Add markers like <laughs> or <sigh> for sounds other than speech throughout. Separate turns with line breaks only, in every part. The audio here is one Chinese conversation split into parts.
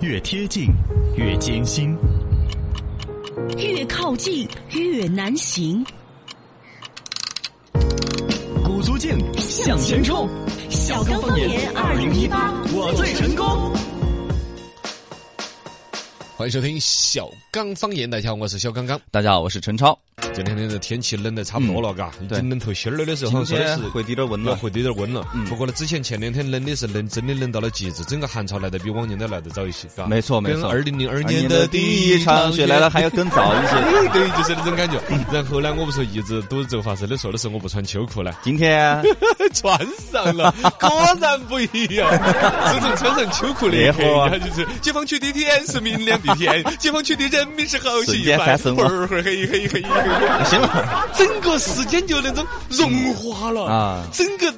越贴近越艰辛，
越靠近越难行。
鼓足劲向前冲，
小刚方言二零一八，
我最成功。
欢迎收听小刚方言，大家好，我是小刚刚。
大家好，我是陈超。
这两天的天气冷得差不多了，嘎、已
对
经冷透心儿了的时候，好
今
像说的
天
是
回滴点温嗯
要
了，
回滴点儿温了。不过呢，之前前两天冷的是冷，真的冷到了极致，整个寒潮来的比往年都来得早一些，嘎。
没错没
跟
错。
二零零二
而你
年的第一场
雪来了，还要更早一些。
<laughs> 对对，就是那种感觉。然后呢，我不是一直都这个发生的说的是我不穿秋裤呢，
<laughs> 今天啊
穿上了，果然不一样。自从穿上秋裤那一
烈火
刻，然后就是解放区的天是明亮的天，解放区的人民是好
瞬
心
间
烦，
翻身
会儿会儿嘿嘿嘿嘿嘿，
行了，
<laughs> 整个世间就那种融化了
啊
整个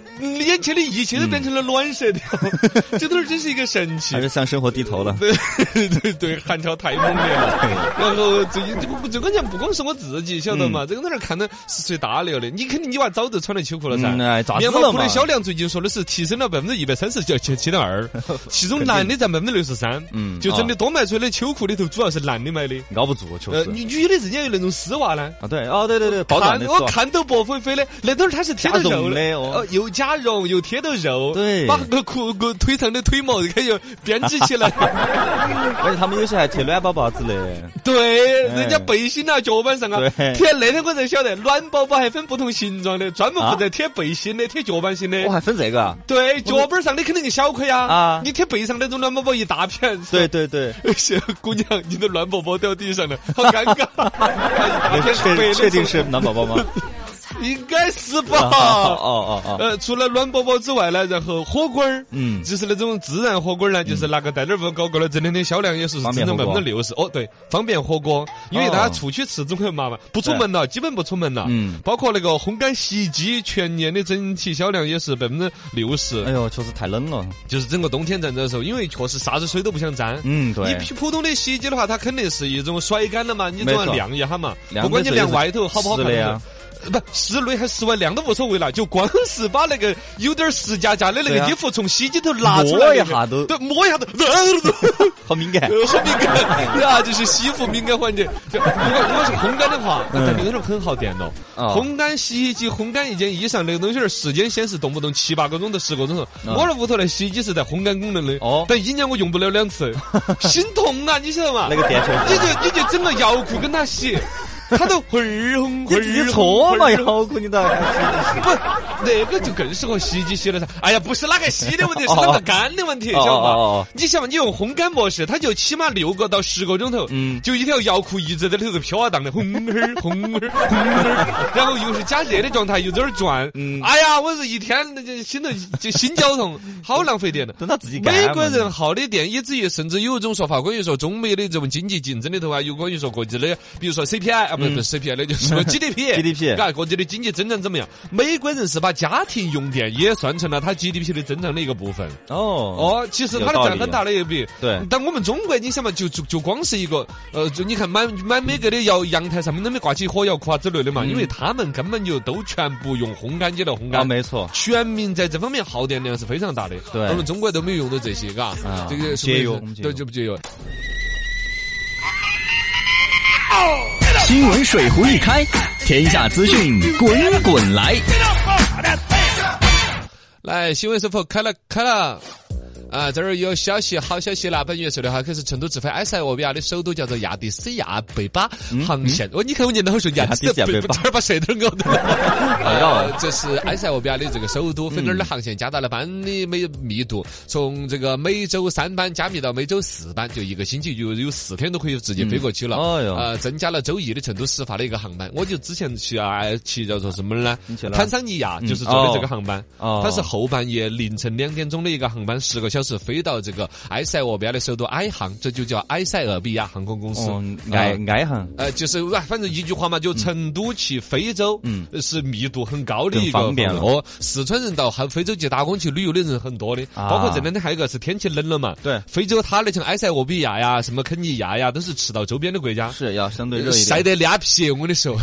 眼前的一切都变成了暖色调， <laughs> 这都是真是一个神奇
<laughs> 还。是向生活低头了。
对对对，寒潮太猛
<laughs>
烈了。然后最近这个这个人不光是我自己晓得
嗯
嘛，这个在那儿看到是谁大流的，你肯定你娃早就穿了秋裤了噻。
嗯哎咋子
棉
了嘛
花裤的销量最近说的是提升了百分之一百三十九七七点二，其中男的占百分之六十三。
嗯
就真的多卖出来的秋裤里头主要是男的买的。
熬不住，确
呃，
实。
女女的人家有那种丝袜呢。
啊，对，哦，对对对，保暖的
看我
是吧
看到薄飞飞的，那都是它是贴到
加绒
肉
的哦
呃又加绒又贴到肉，
对
把个裤个腿上的腿毛开始编织
<laughs>
起来。
而且他们有些还贴暖宝宝之类的。
对，
哎
人家背心啊、脚板上啊
对，
贴那天我才晓得，暖宝宝还分不同形状的，专门负责贴背心的、贴脚板型的
我。还分这个啊？
对，脚板上的肯定就小颗呀，
啊
你贴背上那种暖宝宝一大片。
对。对 <laughs> 对，
<laughs> 小姑娘，你的暖宝宝掉地上了，好尴尬！
<laughs>
一大片是
确
白的
确定是暖宝 <laughs> 宝吗？
应该是
啊哦
吧？
哦哦，
呃，除了暖宝宝之外呢，然后火锅儿，
嗯
就是那种自然火锅儿呢，就是拿个带点儿粉搞过来，这两天销量也是
方
增
便
长
火
百分
锅
之六十。哦，对，方便火锅，因为
哦
大家出去吃总很麻烦，不出
对
门了，基本不出门了。
嗯
包括那个烘干洗衣机，全年的整体销量也是百分之六十
哎。呦，确实太冷了。
就是整个冬天站着的时候，因为确实啥子水都不想沾。
嗯，对
你。普普通的洗衣机的话，它肯定是一种甩干的嘛，你总
没
要
错
晾一下嘛。
晾
不管
的
你
时候
晾外头好不好
湿
看
的
都
呀
是，不室内还室外晾都无所谓了，就光是把那个有点湿夹夹的那
对
个
啊
衣服从洗衣机头拿出
摸
来那个，
一下都
对，摸一下都， <laughs>
好敏感。
呃很敏感，对啊，就是吸附敏感环节。就如果如果是烘干的话，那肯定那种很耗电哦。
嗯哦
烘干洗衣机烘干一件衣裳那个东西儿，时间显示动不动七八个钟头、十个钟头。
嗯
我那屋头那洗衣机是带烘干功能的，
哦
但一年我用不了
<laughs>
两次，心痛啊！你晓得嘛？
那个电球
你就你就整个摇裤跟他洗。它都会
呃
儿烘，会
你自
儿
己
烘
搓嘛，
会儿
要
烘
我你倒
不，那个就更适合洗衣机洗了噻。哎呀，不是哪个洗的问题，是
哦
哪个干的问题，
哦
晓得
哦哦
吧
哦？
你想嘛，你用烘干模式，它就起码六个到十个钟头，
嗯
就一条摇裤一直在里头飘啊荡的，轰儿轰儿轰儿，然后又是加热的状态，又在那儿转，
嗯
哎呀，我是一天这心头就心绞痛，好浪费电的。
等他自己啊干嘛
美
呢。
国人好的电，以至于甚至有一种说法，关于说中美的这种经济竞争里头啊，有关于说国际的，比如说 CPI 啊，不是
嗯
不是 CPI 那就是
<laughs>
什么 GDP
GDP
啊，国际的经济增长怎么样？美国人是把家庭用电也算成了它 GDP 的增长的一个部分。
哦
哦，其实
有
它的
道
占
理
很大的一笔。
对
但我们中国，你想嘛，就就就光是一个，呃，就你看满满每个的摇阳台上面都没挂起火药库啊之类
嗯
的嘛，因为他们根本就都全部用烘干机来烘
啊，
干。
没错。
全民在这方面耗电量是非常大的，
对
我们中国都没有用到这些，嘎
啊，
这个是
节约
不
我
是
们节约
对就不节约。
新闻水壶一开，天下资讯滚滚来。
来，新闻是否开了？开了。啊，这儿有消息，好消息啦！本月十六号开始，成都直飞埃塞俄比亚的首都叫做亚的斯亚贝巴航线。哦，你看我念的好顺，亚的斯亚贝
嗯亚的斯亚贝
巴， <laughs>
巴
差点把舌头咬断了。
哎呀
这是埃塞俄比亚的这个首都，飞哪儿的航线加大了班的每密度，从这个每周三班加密到每周四班，就一个星期就有四天都可以直接飞过去了。
嗯哎呦
呃，增加了周一的成都始发的一个航班。我就之前去啊，去叫做什么呢
你去？了
坦桑尼亚，就
嗯
是坐的这
哦
个航班。
哦
它是后半夜凌晨两点钟的一个航班，十个小时飞到这个埃塞俄比亚的首都埃航，这就叫埃塞俄比亚航空公司
哦。，挨
哎。
挨行。
呃，就是哎反正一句话嘛，就成都去非洲，嗯
嗯，
是密度很高的
更
一个
方便
航
了
空。四川人到还非洲去打工去旅游的人很多的，
啊
包括这两天还有一个是天气冷了嘛，
对
非洲它的像埃塞俄比亚呀、什么肯尼亚呀，都是赤道周边的国家，
呃哦是要相对热一点。 <laughs>
晒得拉皮，我跟你说。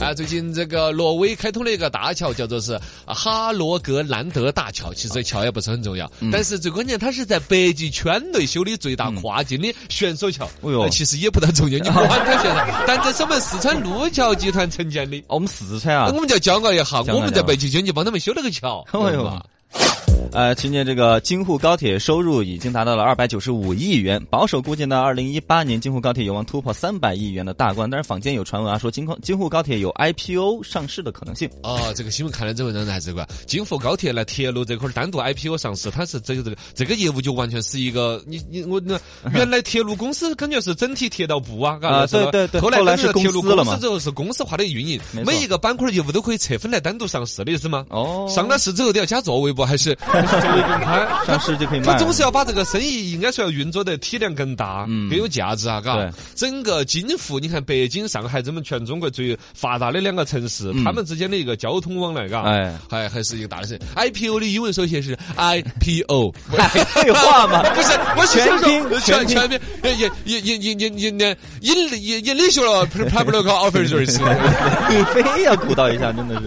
啊，最近这个挪威开通了一个大桥，叫做是哈罗格兰德大桥。其实这桥也不是很重要，
嗯
但是最关键它是在北极圈内修的最大跨境的悬索桥。
哎呦
呃其实也不太重要，你不喊这
<laughs>
悬索，但这是我们四川路桥集团承建的。
哦我们四川啊
我，们就要骄傲一下，
傲
我们在北极圈就帮他们修了个桥。
<laughs> 哎呦
吧
呃，今年这个京沪高铁收入已经达到了二百九十五亿元，保守估计呢，二零一八年京沪高铁有望突破三百亿元的大关。但是坊间有传闻啊，说京高京沪高铁有 IPO 上市的可能性。
哦，这个新闻看了之后让人还是怪。京沪高铁来铁路这块儿单独 IPO 上市，它是这个这个这个业务就完全是一个你你我那原来铁路公司感觉是整体铁道部啊，嘎、
啊
是吧
对对对
后来
后来
跟着
是公
铁路
司了
公司
嘛
之后是公司化的运营
没，错
每一个板块业务都可以拆分来单独上市的意思吗？
哦
上了市之后都要加座位不？还是 <laughs> 座位更宽？
上市就可以卖
他
<laughs> 了。
总是要把这个生意应该说要运作得体量更大，
嗯
更有价值啊，嘎
对。
整个京沪，你看北京、上海，这么全中国最发达的两个城市，他们之间的一个交通往来，嘎，
哎
还还是一个大的事。IPO 的英文缩写是 IPO，
废话嘛
不是，我是
全
想说
拼
全
全拼
全拼，也也也也也也也引引引领袖了
<laughs>
public officers。
非要鼓捣一下，真的是。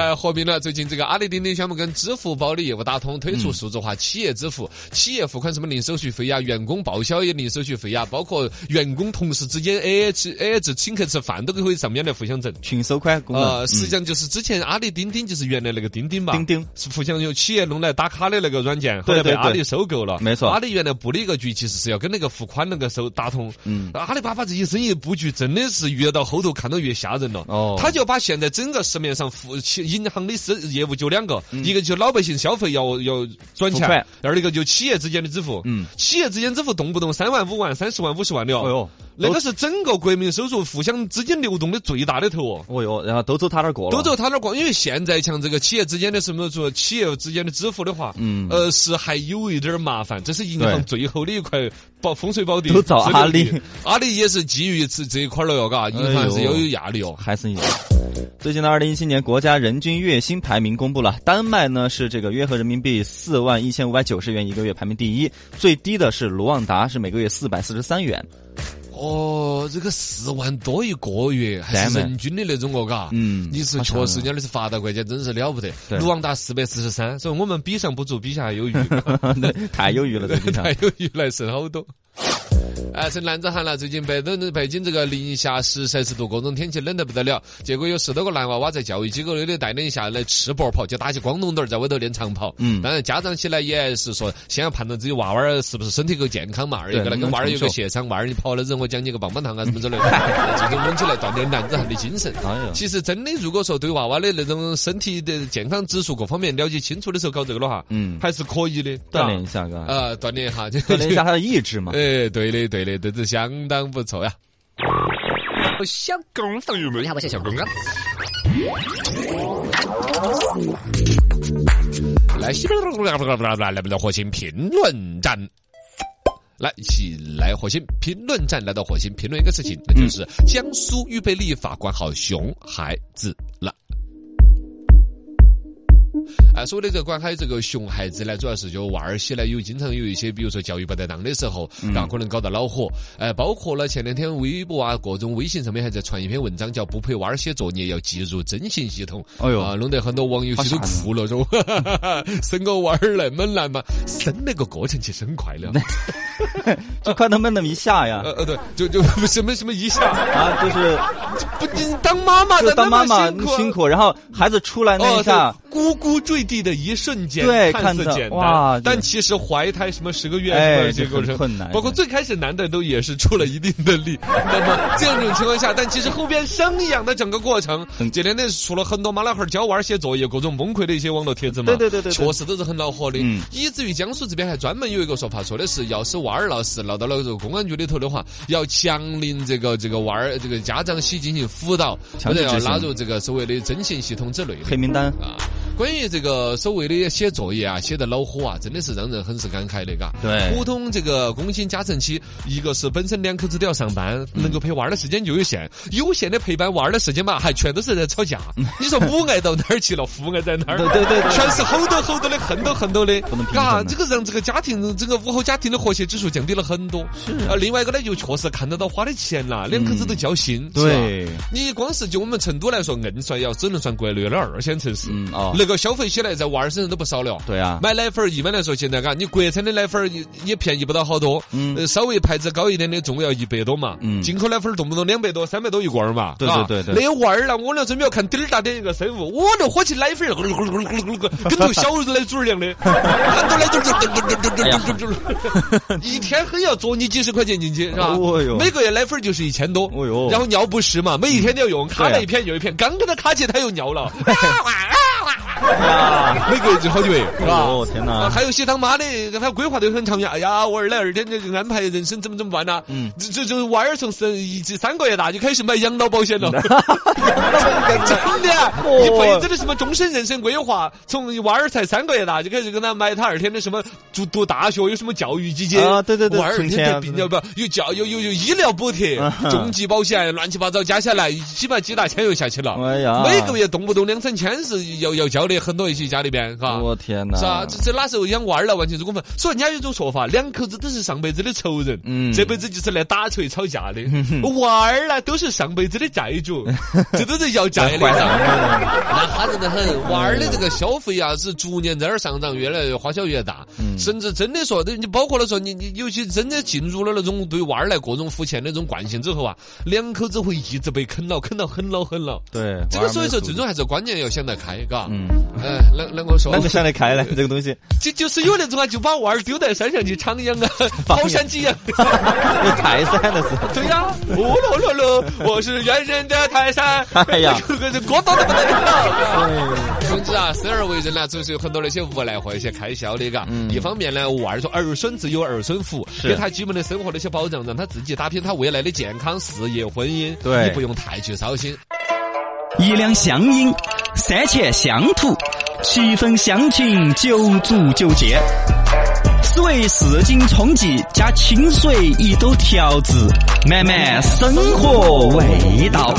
呃，合并了最近这个阿里、钉钉项目跟支付宝的业务打通，推出数字化企业支付，企业付款什么零手续费呀，员工报销也零手续费呀，包括员工同事之间 AA 制 AA 制请客吃饭都可以上面来互相挣。
群收款功能嗯
呃，，实际上就是之前阿里钉钉就是原来那个钉钉嘛，
钉钉
是互相由企业弄来打卡的那个软件，后
对
来被
对
阿里
对
收购了。
没错
阿里原来布的一个局其实是要跟那个付款那个收打通。嗯
嗯，
阿里巴巴这一生意布局真的是越到后头看到越吓人了。哦
哦，
他就把现在整个市面上付企银行的私业务就两个，一个就老百姓消费要要转
嗯付
钱
款，
二一个就企业之间的支付。嗯
嗯，
企业之间支付动不动三万、五万、三十万、五十万的
哎
哦
呦。
那个是整个国民收入互相之间流动的最大的头哦。
哦哟，然后都走他那儿过了，
都走他那儿逛，因为现在像这个企业之间的什么说企业之间的支付的话，
嗯
呃，是还有一点儿麻烦，这是银行
对
最后的一块宝风水宝地。
都找阿里
这个地，阿里也是基于这这一块儿了哟，嘎，银行是
哎呦
要有压力哦。
还是有。最近的二零一七年国家人均月薪排名公布了，丹麦呢是这个约合人民币四万一千五百九十元一个月排名第一，最低的是卢旺达是每个月四百四十三元。 <laughs>
哦，这个四万多一个月，还
咱
是
们
人均的那种哦，嘎。
嗯
你是
好强
确
啊
实，人家那是发达国家，真是了不得。
对
卢旺达四百四十三，所以我们比上不足，比下还有余。
太优越了，
<laughs>
最近上
还有鱼来剩好多。哎，这男子汉了，最近北京北京这个零下十摄氏度，各种天气冷得不得了。结果有十多个男娃娃在教育机构里头带领下来吃薄跑，就打起光东盹儿，在外头练长跑。嗯，
嗯
当然家长起来也是说，先要判断自己娃娃儿是不是身体够健康嘛。二一个
对
那个
能
娃儿有
承
个
受
协商，娃儿你跑了之后，我讲你个棒棒糖啊什么之类的， <laughs> 这种弄起来锻炼男子汉的精神。
哎呦
其实真的，如果说对娃娃的那种身体的健康指数各方面了解清楚的时候搞这个的话，嗯
嗯，
还是可以的，
锻
啊
炼一下，哥，
啊，锻炼一下，
锻炼一下。他的意志嘛。
哎， <laughs> 对的，对的，这是相当不错呀。
小公放入门，好不小公啊！
来，西来不到火星评论站。来，一起来火星评论站，来到火星评论一个事情，那就是
嗯
江苏预备立法管好熊孩子了。啊，所谓的这个管好这个熊孩子呢，主要是就娃儿些呢，有经常有一些，比如说教育不得当的时候，
嗯
然后可能搞到恼火。呃，包括了前两天微博啊，各种微信上面还在传一篇文章，叫“不陪娃儿写作业要记入征信系统”。
哎呦
啊，弄得很多网友些都哭了，说 <laughs> 生个娃儿那么难嘛，生那个过程其实很快乐。
这快能不能一下呀
呃？呃，对，就就什么什么一下，
啊，就是
不仅当妈妈
就
的
是当妈
那么
妈
辛苦，啊
辛苦，然后孩子出来那
哦，
一下，
对咕咕坠地的一瞬间，
对
看
看
似
着
简单，
哇
但其实怀胎什么十个月
哎
什
这
么这个过程
很困难
包括最开始男的都也是出了一定的力，那么这种情况下，但其实后边生养的整个过程，
嗯
这两天出了很多妈老汉儿教娃儿写作业各种崩溃的一些网络帖子嘛，
对对对对对
确实都是很恼火的
嗯，
以至于江苏这边还专门有一个说法，说的是要是娃儿闹事闹到了这个公安局里头的话，要强令这个这个娃儿这个家长些进行辅导，或
强
者
制
要
执行
纳入这个所谓的征信系统之内的
黑名单。
啊，关于这个所谓的写作业啊，写得恼火啊，真的是让人很是感慨的，嘎。
对
普通这个工薪家庭期，一个是本身两口子都要上班，能够陪娃儿的时间就有限，
嗯
有限的陪伴娃儿的时间嘛，还全都是在吵架。你说母爱到哪儿去了？父爱在哪儿？
对对对对
全是吼斗吼斗的，恨斗恨斗的
不能，平衡
嘎，
的
这个让这个家庭整个五口家庭的和谐指数降低了很多。是啊，另外一个呢，又确实看得到花的钱啦，两口子都交心，是吧
嗯对
你光是就我们成都来说，硬算要只能算国内的二线城市，
嗯哦
那个消费起来在娃儿身上都不少了。
对啊
买奶粉儿一般来说现在嘎，你国产的奶粉儿也也便宜不到好多，
嗯
呃稍微牌子高一点的总要一百多嘛，
嗯
进口奶粉儿动不动两百多、三百多一罐儿嘛，
对
啊
对对对
那些娃儿呢，我那准备要看点儿大点一个生物，我那喝起奶粉儿，咕噜咕噜咕噜咕噜咕噜咕噜跟头小奶嘴儿一样的， <laughs> 看到奶嘴儿就噔噔噔
哎 <laughs>
噔 <laughs> 噔噔噔，一天很要啄你几十块钱进去是吧？
哦哟
每个月奶粉儿就是一千多，
哦哟
然后尿不湿嘛，每一天都要用，卡
对啊
了一片又一片，刚给他卡起他又
<laughs>
尿了，
啊
每个月就好几位， <laughs> 是吧？
哦天哪
啊还有些当妈的，他规划得很长远。哎呀，我儿来二天这个安排人生怎么怎么办呢？嗯，这这这娃儿从三一至三个月大就开始买养老保险了，真的，一辈子的什么终身人生规划，从娃儿才三个月大就开始跟他买他二天的什么读读大学有什么教育基金
啊对对对
娃儿二
存钱
天
啊
得病了不有教有有有医疗补贴、重疾保险，乱七八糟加起来几百几大千又下去了，
哎呀
每个月动不动两三千是要要交的，很多一些家里边，嘎。
我天哪！
是啊，这这哪时候养娃儿了，完全是过分。所以人家有一种说法，两口子都是上辈子的仇人，
嗯
这辈子就是来打锤吵架的。娃儿呢，都是上辈子的债
<laughs>
主，这都是要债的。那吓人的很，娃儿的这个消费啊，是逐年在那儿上涨，越来越花销越大，
嗯
甚至真的说，你包括了说，你你尤其真的进入了那种对娃儿来各种付钱的那种惯性之后啊，两口子会一直被啃老，啃到很老很老。
对，
这个所以说，最终还是关键要想得开，嘎。
嗯
嗯，哎，啷啷个说？
那就想得开了，这个东西 <laughs>
就就是有那种啊，就把娃儿丢在山上去徜徉 <laughs> 啊，跑山鸡呀、 <laughs>
这泰山的是，
对呀、哦喽喽喽，我是猿人的泰 <laughs> 山。
哎呀，
国道都不得了。 <laughs> 总之啊，生而为人呢，总是有很多那些无奈和一些开销的，嘎。一方面呢，娃儿说儿孙自有儿孙福，给他基本的生活的一些保障，让他自己打拼他未来的健康、事业、婚姻，
对
你不用太去操心。
一两乡音，三钱乡土，七分乡情，九足九节。只为市井冲剂加清水一兜调制，满
嗯
满生活味道。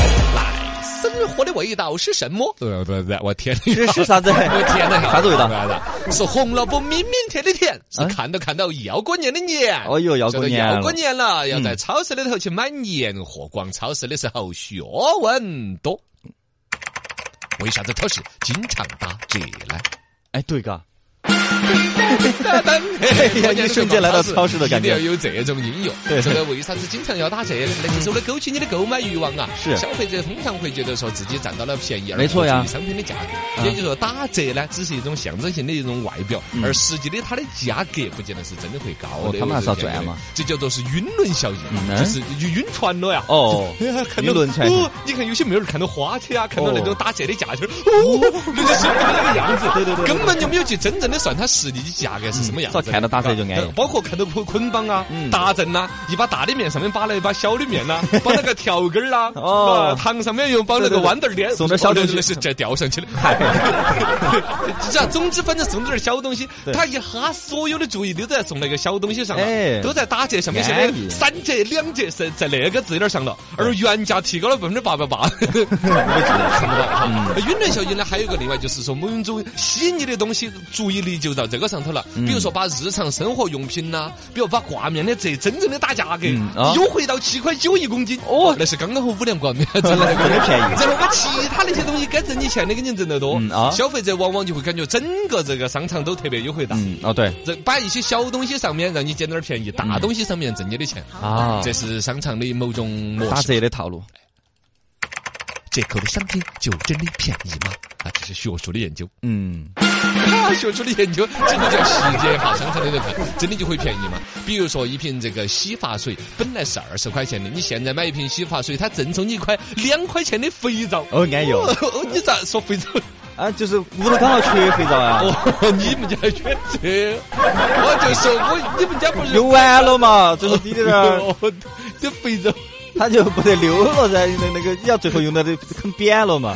生活的味道是什么？对对对，我天， <laughs>
这是啥 <laughs> 子？
我天哪，
啥子味道
啥子？是红萝卜绵绵甜的甜，是
哎
看到看到要过年的年。
哦哟要过年了嗯
要过年了，要在超市里头去买年货。逛超市的时候学问多，为啥子超市经常打折呢？
哎，对嘎，
<laughs> 哎
一瞬间来到超市的感觉
一定要有这种音乐。
对
这个为啥子经常要打折呢？能够勾起你的购买欲望啊！
是
消费者通常会觉得说自己占到了便宜，而
没错呀嗯
不注意商品的价格。也就是说，打折呢，只是一种象征性的一种外表，而实际的它的价格不见得是真的会高
哦
的。
他们还是要
这个
赚嘛，
这叫做是晕轮效应，啊
嗯
就是晕船了呀。 <laughs>
哦
看
舆
到
论圈
哦，你看有些妹儿看到花车啊，看到那
哦
种打折的价钱，哦，那就是那个样子，
对对对对
根本就没有去真正的算它实际的价格是什么样子
嗯
的。呃
只要看到打折就安逸
包括看到捆捆绑啊
嗯、
打针呐，一把大的面上面把了一把小的
<laughs>
面呐，把那个条根儿啦，
哦
啊糖上面又包那个豌豆儿点，
送点小东西
哦那是这吊上去的。 <laughs> 这总之反正送点儿小东西
对，
他一哈所有的注意力都在送那个小东西上了
哎，
都在打折上面写
安逸
的三折、两折在在那个字眼儿上了，而原价提高了百分之八百八， <laughs> 看不到。
嗯
晕轮效应呢，还有一个另外就是说某种稀腻的东西注意力就到这个上头了，
嗯
比如说把日常生活用品呐，比如把挂面的折真正的打价格
嗯啊，
优惠到七块九一公斤，哦，那是刚刚好五粮挂面，真
真
的。
<laughs> 的便宜，
然后把其他那些东西该挣你钱的给你挣得多
嗯啊，
消费者往往就会感觉整个这个商场都特别优惠大。
嗯，哦对，
这把一些小东西上面让你捡点儿便宜，大
嗯
东西上面挣你的钱
啊
这是商场的某种模
打
式。
折的套路，
折扣的商品就真的便宜吗？啊，这是学术的研究，
嗯，
啊， <laughs> 学术的研究，这个叫实践哈，商场的人看，真的就会便宜吗？比如说一瓶这个洗发水，本来是二十块钱的，你现在买一瓶洗发水，它赠送你一块两块钱的肥皂。
哦安逸哦
哦，你咋说肥皂？
啊，就是屋头刚好缺肥皂啊，
哦，你们家选这，我就说我你们家不是
流完了嘛，就是滴滴点儿，
<laughs> 哦，这肥皂。 <laughs>
它就不得溜了噻，那那个要最后用到的很扁了嘛，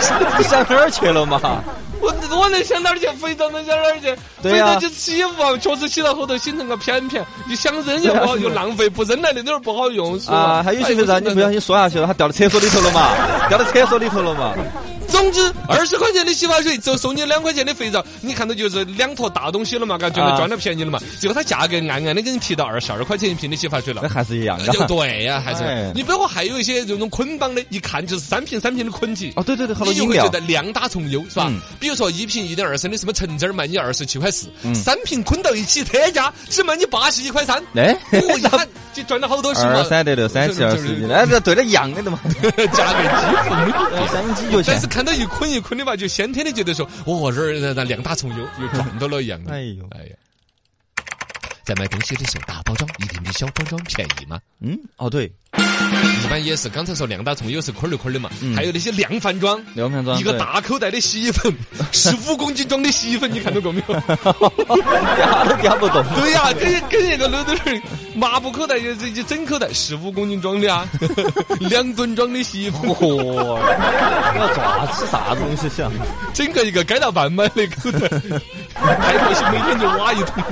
上哪儿去了嘛？
我我能想哪儿去？肥皂能想哪儿去？
对
肥
呀
皂就洗嘛，确实洗到后头形成个片片，你想
<laughs>
扔又不好，又浪费，不扔来那点儿不好用。是吧哎
啊，还有些肥皂你不小。心说下去了，它掉到厕所里头了嘛？掉到厕所里头了嘛？
总之，二十块钱的洗发水，就送你两块钱的肥皂，你看到就是两坨大东西了嘛，嘎，觉得
啊
赚了便宜了嘛。结果它价格暗暗的给你提到二十二块钱一瓶的洗发水了
<laughs> 那。还是一样
那就
的。
对呀、还
哎
是你包括还有一些这种捆绑的，一看就是三瓶三瓶的捆起。
哦，对对对，好多
你就
饮
会
料
觉得量大从优是吧？
嗯
比如说一瓶一点二升的什么橙汁儿卖你二十七块四，
嗯
三瓶捆到一起特价只卖你八十一块三，
<laughs>
哦
哎
我一看就赚了好多是
<laughs> 二
嘛？
三得六，三七二十一，哎，这对着一样的的嘛，
<laughs> 价格几
<laughs>
乎没有变
三一几角钱
但是。看到一捆一捆的吧，就先天的觉得说，哦，这儿那量大从优，又赚到了一样
<laughs>
的。
哎呦
哎呀！在买东西的时候，大包装一定比小包装便宜吗？
嗯，哦对，嗯
一般也是刚才说量大从优是捆儿捆儿的嘛，还有那些量贩装，
量贩装
一
<laughs>
个
对
大口袋的洗衣 <laughs> 粉，十五公斤装的洗衣粉，你看到过没 <laughs> 有？
嗲都嗲不动。
对呀、跟跟那个那都是麻布口袋，就这就整口袋，十五公斤装的 <laughs> 啊，两吨装的洗衣粉，
嚯，要哦咋吃啥子东西香？
整个一个街道办买的口袋，开头是每天就挖一桶。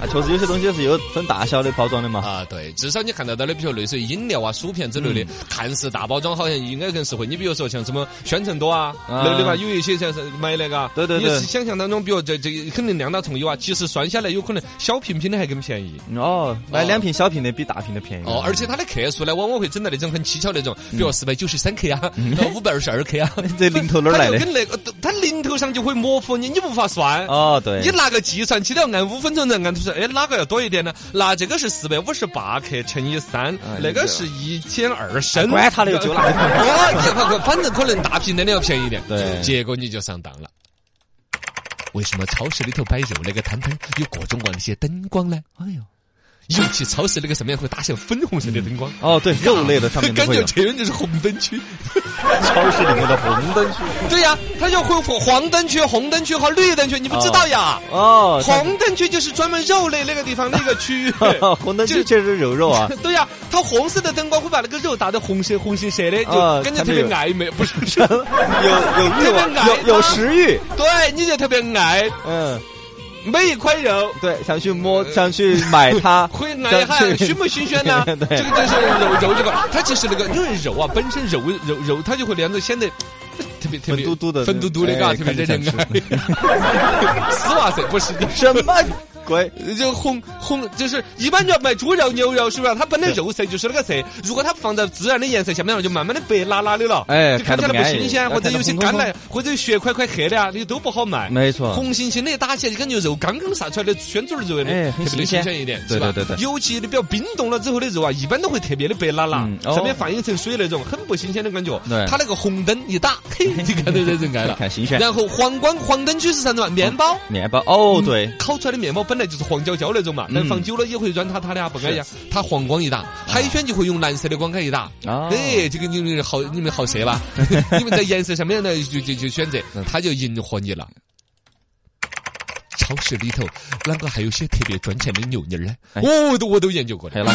啊，确实有些东西是有分大小的包装的嘛。
啊，对，至少你看得到的，比如类似于饮料啊、薯片之类的，看似大包装，好像应该更实惠。你比如说像什么宣城多啊，
啊
对吧？有一些像是买那个啊，
对对对
你是想象当中，比如这这肯定量大从优啊，其实算下来有可能小瓶瓶的还更便宜。
哦，买两瓶小瓶的比大瓶的便宜。
哦，而且它的克数呢，往往会整到那种很蹊跷那种，比如四百九十三
<laughs>
克啊，到五百二十二克啊，
嗯这零头哪儿来的
它就跟那个，它零头上就会模糊你，你无法算。
哦，对
你，拿个计算器都要按五分钟才按出来，哎，哪个要多一点呢？那这个是四百五十八克乘以三
哎，
那个是一千二升。
管啊他的，就拿
哦，你看看，反正可能大瓶的你要便宜一点。
对
结果你就上当了。为什么超市里头摆肉那个摊摊有各种各样的一些灯光呢？
哎呦，
尤其超市那个上面会打些粉红色的灯光。
哦，对，肉类的上面都
感
会
觉
有。
这人就是红灯区。
超市里面的红灯区。
对呀、它就会有黄灯区、红灯区和绿灯区，你不知道呀。
哦，
红灯区就是专门肉类那个地方那个区域。
<laughs> 红灯
就
区确实有肉啊。
对呀、它红色的灯光会把那个肉打得红色、红心色的，
啊
就感觉
它
特
没有
别暧昧，不是？
<laughs>
不是
有有欲望， <laughs> 有有食欲，
对，你就特别爱
嗯，
每一块肉，
对，想去摸，呃想去买 <laughs> 它，
<laughs> 会爱
想
一下
去
新不新鲜呢？
哎 <laughs> 对
这个就是肉肉这个，它其实那个因为肉啊，本身肉肉肉它就会连着显得。 <laughs> 特别特
粉
别
嘟嘟的
粉嘟嘟的，嘎，啊
哎
特别惹人
看
爱。
<laughs>
<laughs> 丝袜色不是，
什么鬼？
就红红，就是一般就要买猪肉、牛肉，是不是？它本来
对
肉色就是那个色，如果它放在自然的颜色下面，就慢慢的白拉拉的了，
哎
就看起
看着
来
不安逸
新鲜，
哎
或者
看着
有些
红彤
干
彤
来，或者有血块块黑的啊，你都不好卖。
没错
红猩猩的打起来就感觉肉刚刚杀出来的宣嘴儿肉的，
哎很
特别
新
的
鲜
新鲜一点，
对
是吧
对对对
尤其你比较冰冻了之后的肉啊，一般都会特别的白拉拉
嗯，哦
上面放一层水那种，很不新鲜的感觉
对。
它那个红灯一打，
<laughs>
嘿，你看到惹人爱了。
看新鲜
然后黄光黄灯区是啥子嘛？面包。
面包哦，对，
烤出来的面包本来就是黄焦焦那种
嗯
嘛，但放久了也会软塌塌的啊，不安逸啊。它黄光一打，海鲜就会用蓝色的光杆一打。
啊哦
哎，这个你们好，你们好色
<laughs>
吧？你们在颜色上面呢，就就就选择，
嗯
它就迎合你了。超市里头啷个还有些特别赚钱的牛妮儿呢？
哎
哦我都我都研究过
还
的。
有哪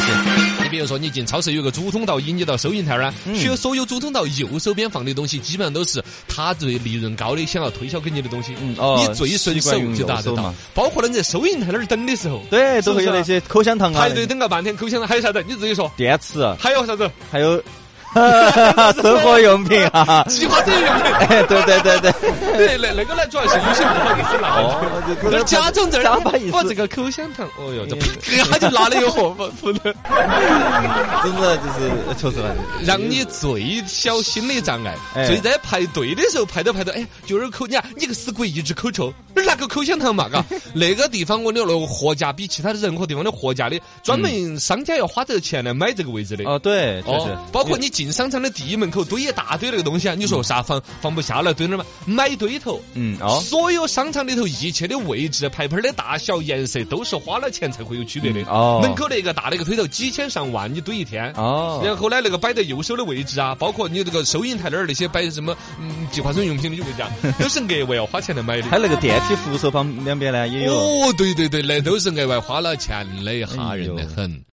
些？
你比如说，你进超市有个主通道引你到收银台儿啊，
嗯
所有所有主通道右手边放的东西，基本上都是他最利润高的想要推销给你的东西。
嗯哦
你最顺
习
手就拿
惯用右手
得到
嘛。
包括了你在收银台那儿等的时候，
对，都会有那些口香糖啊
排，队等个半天，口香糖还有啥子？你自己说。
电池，啊
还有啥子？
还 <laughs> 有生活用品啊。
计划这用品。
哎， <laughs> 对对对对，
<laughs> 对，那那个呢，主要是有些不好意思拿。
哦，
那假装在那
假
儿
把意思嗯
我这个口香糖，哦哟，这啪他就拿了一盒，不不能。
真的就是确实了，
让你最小心的障碍，
哎
最在排队的时候排到排到，哎，有点口，你看你个死鬼一直口臭，哪儿拿个口香糖嘛，
<laughs>
嘎，那个地方我那个货架比其他的任何地方的货架的，专门商家要花这个钱来买这个位置的。
哦，对，确实
哦，，包括你进商场的第一门口堆一大堆那个东西啊，你说啥放放不下来堆那儿嘛？买堆头，
嗯哦
所有商场里头一切的位置、牌牌儿的大小、颜色，都是花了钱才会有区别的
嗯。哦
门口那个大那个推头几千上万，你堆一天。
哦，
然后呢，那个摆在右手的位置啊，包括你这个收银台那儿那些摆什么嗯计划生育用品的位置
<laughs>
啊，都是额外要花钱来
还
买的。
有那个电梯扶手旁两边呢也有。
哦，对对对，那都是额外花了钱的，吓人的
哎呦
很。